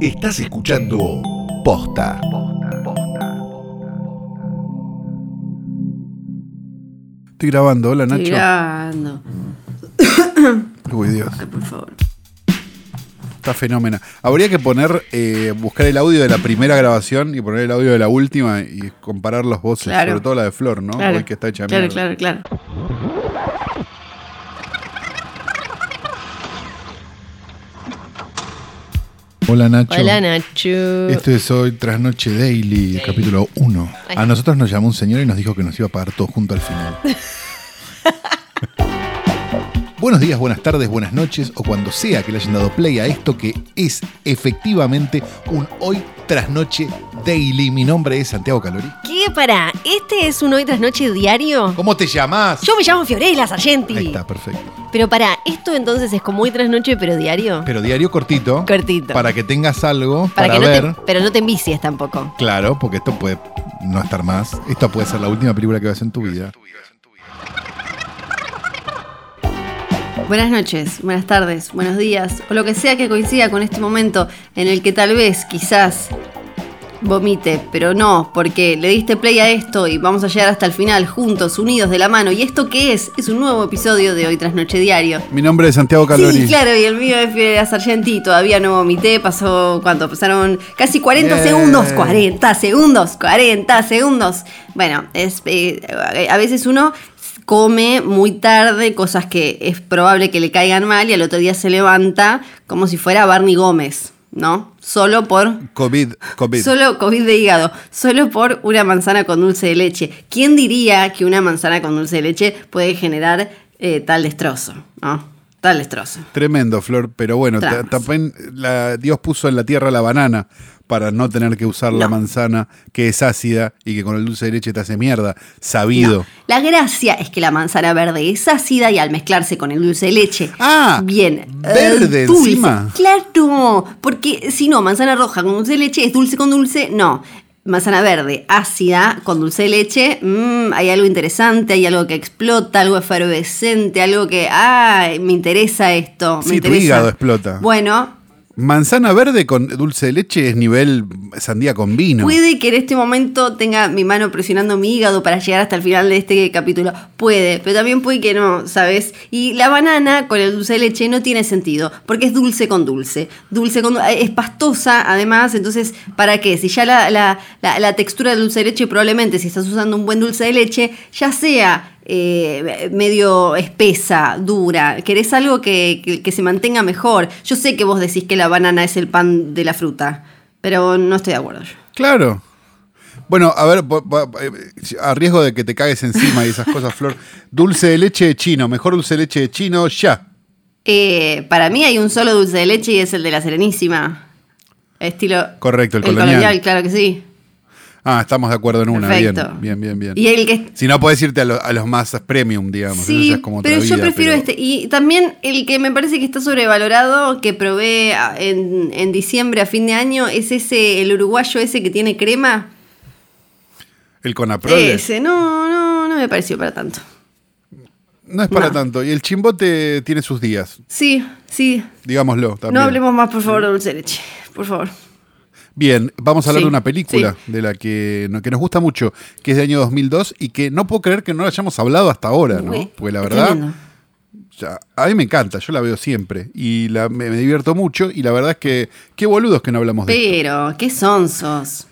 Estás escuchando Posta. Estoy grabando, hola Nacho. Tirando. Uy, Dios, Ay, por favor. está fenómeno. Habría que poner, eh, buscar el audio de la primera grabación y poner el audio de la última y comparar las voces, Claro. sobre todo la de Flor, ¿no? Claro, Hoy que está hecha claro, mierda. claro, claro. Hola Nacho. Hola Nacho. Esto es hoy Trasnoche Daily, capítulo 1. A nosotros nos llamó un señor y nos dijo que nos iba a pagar todo junto al final. Buenos días, buenas tardes, buenas noches o cuando sea que le hayan dado play a esto que es efectivamente un hoy Trasnoche Daily. Mi nombre es Santiago Calori. ¿Qué para? ¿Este es un hoy tras noche diario? ¿Cómo te llamas? Yo me llamo Fiorella Sargenti. Ahí está, perfecto. Pero para, esto entonces es como hoy tras noche pero diario. Pero diario cortito. Cortito. Para que tengas algo para, Para que ver. no te, pero no te envicies tampoco. Claro, porque esto puede no estar más. Esto puede ser la última película que veas en tu vida. Buenas noches, buenas tardes, buenos días, o lo que sea que coincida con este momento en el que tal vez, quizás, vomite, pero no, porque le diste play a esto y vamos a llegar hasta el final, juntos, unidos de la mano. ¿Y esto qué es? Es un nuevo episodio de Hoy Tras Noche Diario. Mi nombre es Santiago Calori. Sí, claro, y el mío es Fiorella Sargenti, todavía no vomité, pasó, ¿cuánto? Pasaron casi 40 Bien. segundos, 40 segundos, 40 segundos. Bueno, es, eh, a veces uno come muy tarde cosas que es probable que le caigan mal y al otro día se levanta como si fuera Barney Gómez, ¿no? Solo por... COVID, COVID. Solo COVID de hígado, solo por una manzana con dulce de leche. ¿Quién diría que una manzana con dulce de leche puede generar eh, tal destrozo? ¿no? Tal destrozo. Tremendo, Flor, pero bueno, ta- Traumas. también la- Dios puso en la tierra la banana para no tener que usar la No. manzana que es ácida y que con el dulce de leche te hace mierda. Sabido. La gracia es que la manzana verde es ácida y al mezclarse con el dulce de leche. Ah, bien. verde eh, dulce. encima. Claro, porque si no, manzana roja con dulce de leche es dulce con dulce, no. Manzana verde, ácida, con dulce de leche, mm, hay algo interesante, hay algo que explota, algo efervescente, algo que, ah, me interesa esto. me Sí, tu interesa. hígado explota. Bueno, Manzana verde con dulce de leche es nivel sandía con vino. Puede que en este momento tenga mi mano presionando mi hígado para llegar hasta el final de este capítulo. Puede, pero también puede que no, ¿sabes? Y la banana con el dulce de leche no tiene sentido, porque es dulce con dulce. Dulce con dulce. Es pastosa, además, entonces, ¿para qué? Si ya la, la- la- la textura del dulce de leche, probablemente, si estás usando un buen dulce de leche, ya sea. eh, medio espesa, dura. ¿Querés algo que- que- que se mantenga mejor? Yo sé que vos decís que la banana es el pan de la fruta, pero no estoy de acuerdo yo. Claro. Bueno, a ver, po- po- eh, a riesgo de que te cagues encima y esas cosas, Flor. Dulce de leche de chino, mejor dulce de leche de chino ya. Eh, para mí hay un solo dulce de leche y es el de la Serenísima. Estilo. Correcto, el colonial. claro que sí. Ah, estamos de acuerdo en una. Perfecto. Bien, bien, bien, bien. Y el que es- Si no, podés irte a, lo- a los más premium, digamos. eso ya Sí, es como otra pero yo vida, prefiero pero- este. Y también el que me parece que está sobrevalorado, que probé a- en, en diciembre a fin de año, es ese, el uruguayo ese que tiene crema. El Conaprole. Ese, no, no, no me pareció para tanto. No es para No. tanto. Y el chimbote tiene sus días, Sí, sí. digámoslo también. No hablemos más, por favor, de dulce de leche. Por favor. Bien, vamos a hablar Sí, de una película de la que, no- que nos gusta mucho, que es de año 2002 y que no puedo creer que no la hayamos hablado hasta ahora, ¿no? Uy, Porque la es verdad, tremendo. ya- a mí me encanta, yo la veo siempre y la- me, me divierto mucho y la verdad es que qué boludos que no hablamos de esto. Pero, qué sonsos.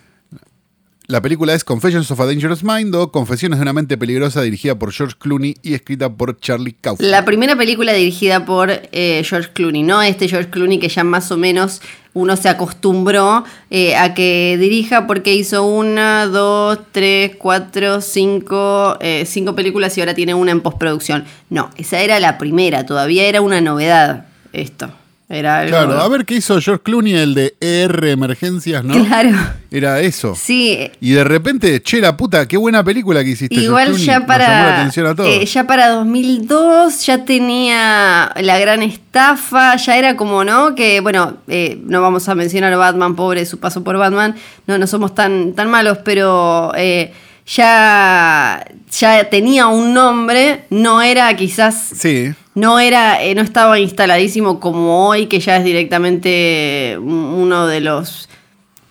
La película es Confessions of a Dangerous Mind o Confesiones de una mente peligrosa dirigida por George Clooney y escrita por Charlie Kaufman. La primera película dirigida por eh, George Clooney, ¿no? Este George Clooney que ya más o menos uno se acostumbró eh, a que dirija porque hizo una, dos, tres, cuatro, cinco, eh, cinco películas y ahora tiene una en postproducción. No, esa era la primera, todavía era una novedad esto. Era algo- Claro, a ver qué hizo George Clooney, el de ER Emergencias, ¿no? Claro. Era eso. Sí, Y de repente, che, la puta, qué buena película que hiciste. George Igual Clooney. ya Nos llamó la para atención a todos. eh, ya para 2002 ya tenía la gran estafa, ya era como no que bueno eh, no vamos a mencionar Batman pobre su paso por Batman no no somos tan tan malos pero eh, ya ya tenía un nombre no era quizás Sí. no era, eh, no estaba instaladísimo como hoy, que ya es directamente uno de los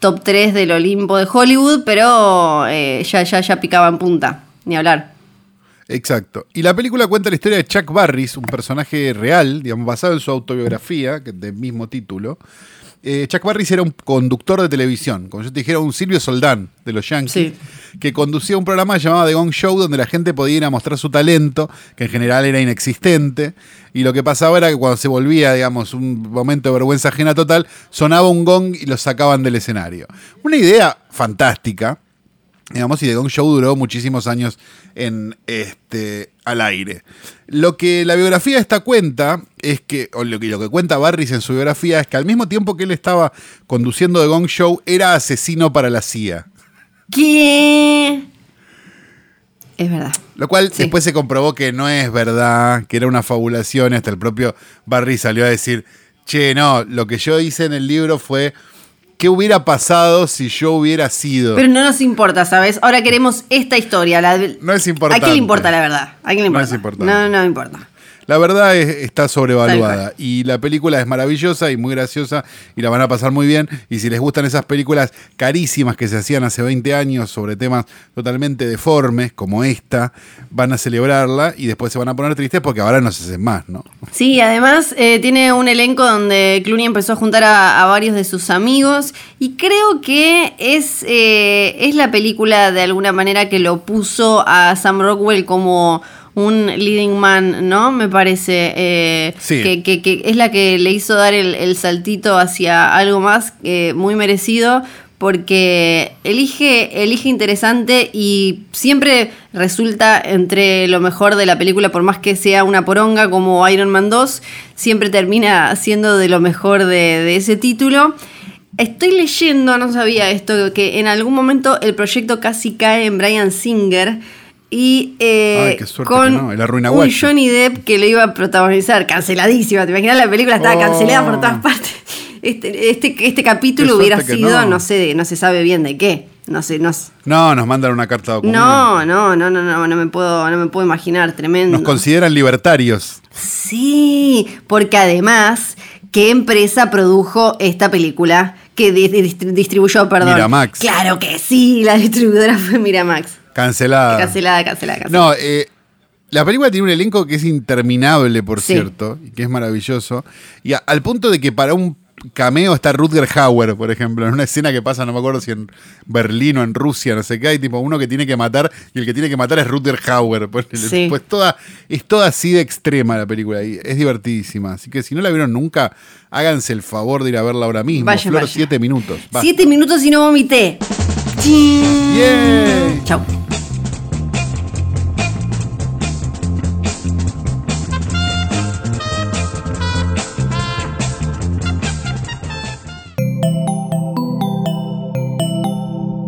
top 3 del Olimpo de Hollywood, pero eh, ya, ya, ya picaba en punta, ni hablar. Exacto. Y la película cuenta la historia de Chuck Barris, un personaje real, digamos, basado en su autobiografía, que del mismo título. Eh, Chuck Barris era un conductor de televisión, como yo te dijera, un Silvio Soldán de los Yankees, Sí. que conducía un programa llamado The Gong Show, donde la gente podía ir a mostrar su talento, que en general era inexistente. Y lo que pasaba era que cuando se volvía, digamos, un momento de vergüenza ajena total, sonaba un gong y los sacaban del escenario. Una idea fantástica, digamos, y The Gong Show duró muchísimos años en este al aire. Lo que la biografía de esta cuenta es que, o lo que, lo que cuenta Barris en su biografía es que al mismo tiempo que él estaba conduciendo The Gong Show, era asesino para la CIA. ¿Qué? Es verdad. Lo cual Sí. después se comprobó que no es verdad, que era una fabulación. y Hasta el propio Barry salió a decir, che, no, lo que yo hice en el libro fue, ¿qué hubiera pasado si yo hubiera sido? Pero no nos importa, ¿sabes? Ahora queremos esta historia. La de- No es ¿A quién importante. le importa la verdad? ¿A quién le No importa? es importante. No, no importa. La verdad es- está sobrevaluada Tal y la película es maravillosa y muy graciosa y la van a pasar muy bien. Y si les gustan esas películas carísimas que se hacían hace 20 años sobre temas totalmente deformes como esta, van a celebrarla y después se van a poner tristes porque ahora no se hacen más, ¿no? Sí, además eh, tiene un elenco donde Clooney empezó a juntar a, a varios de sus amigos y creo que es, eh, es la película de alguna manera que lo puso a Sam Rockwell como un leading man, ¿no? Me parece eh, Sí. que, que- que es la que le hizo dar el, el saltito hacia algo más eh, muy merecido porque elige, elige interesante y siempre resulta entre lo mejor de la película, por más que sea una poronga como Iron Man 2, siempre termina siendo de lo mejor de, de ese título. Estoy leyendo, no sabía esto, que en algún momento el proyecto casi cae en Brian Singer y eh, Ay, qué suerte con que no, el un arruinaguacho. Johnny Depp que lo iba a protagonizar, canceladísima. ¿Te imaginas? La película estaba Oh. cancelada por todas partes. Este, este, este Qué capítulo hubiera suerte que sido, no. no. sé, no se sabe bien de qué. No sé, no sé. No, nos mandan una carta de documento. No, no, no, no, no, no me puedo, no me puedo imaginar, tremendo. Nos consideran libertarios. sí, porque además, ¿qué empresa produjo esta película? Que di- di- distri- distribuyó, perdón. Miramax. Claro que sí, la distribuidora fue Miramax. Cancelada. Cancelada, cancelada, No, cancelada. eh, la película tiene un elenco que es interminable, por Sí. cierto, y que es maravilloso. Y a- al punto de que para un cameo está Rutger Hauer, por ejemplo, en una escena que pasa, no me acuerdo si en Berlín o en Rusia, no sé qué, hay tipo uno que tiene que matar y el que tiene que matar es Rutger Hauer. ponele. Sí. Pues toda, es toda así de extrema la película y es divertidísima. Así que si no la vieron nunca, háganse el favor de ir a verla ahora mismo. Vayan, Flor, vayan. siete minutos. Va. Siete minutos y no vomité. Chin. Yay. Chau.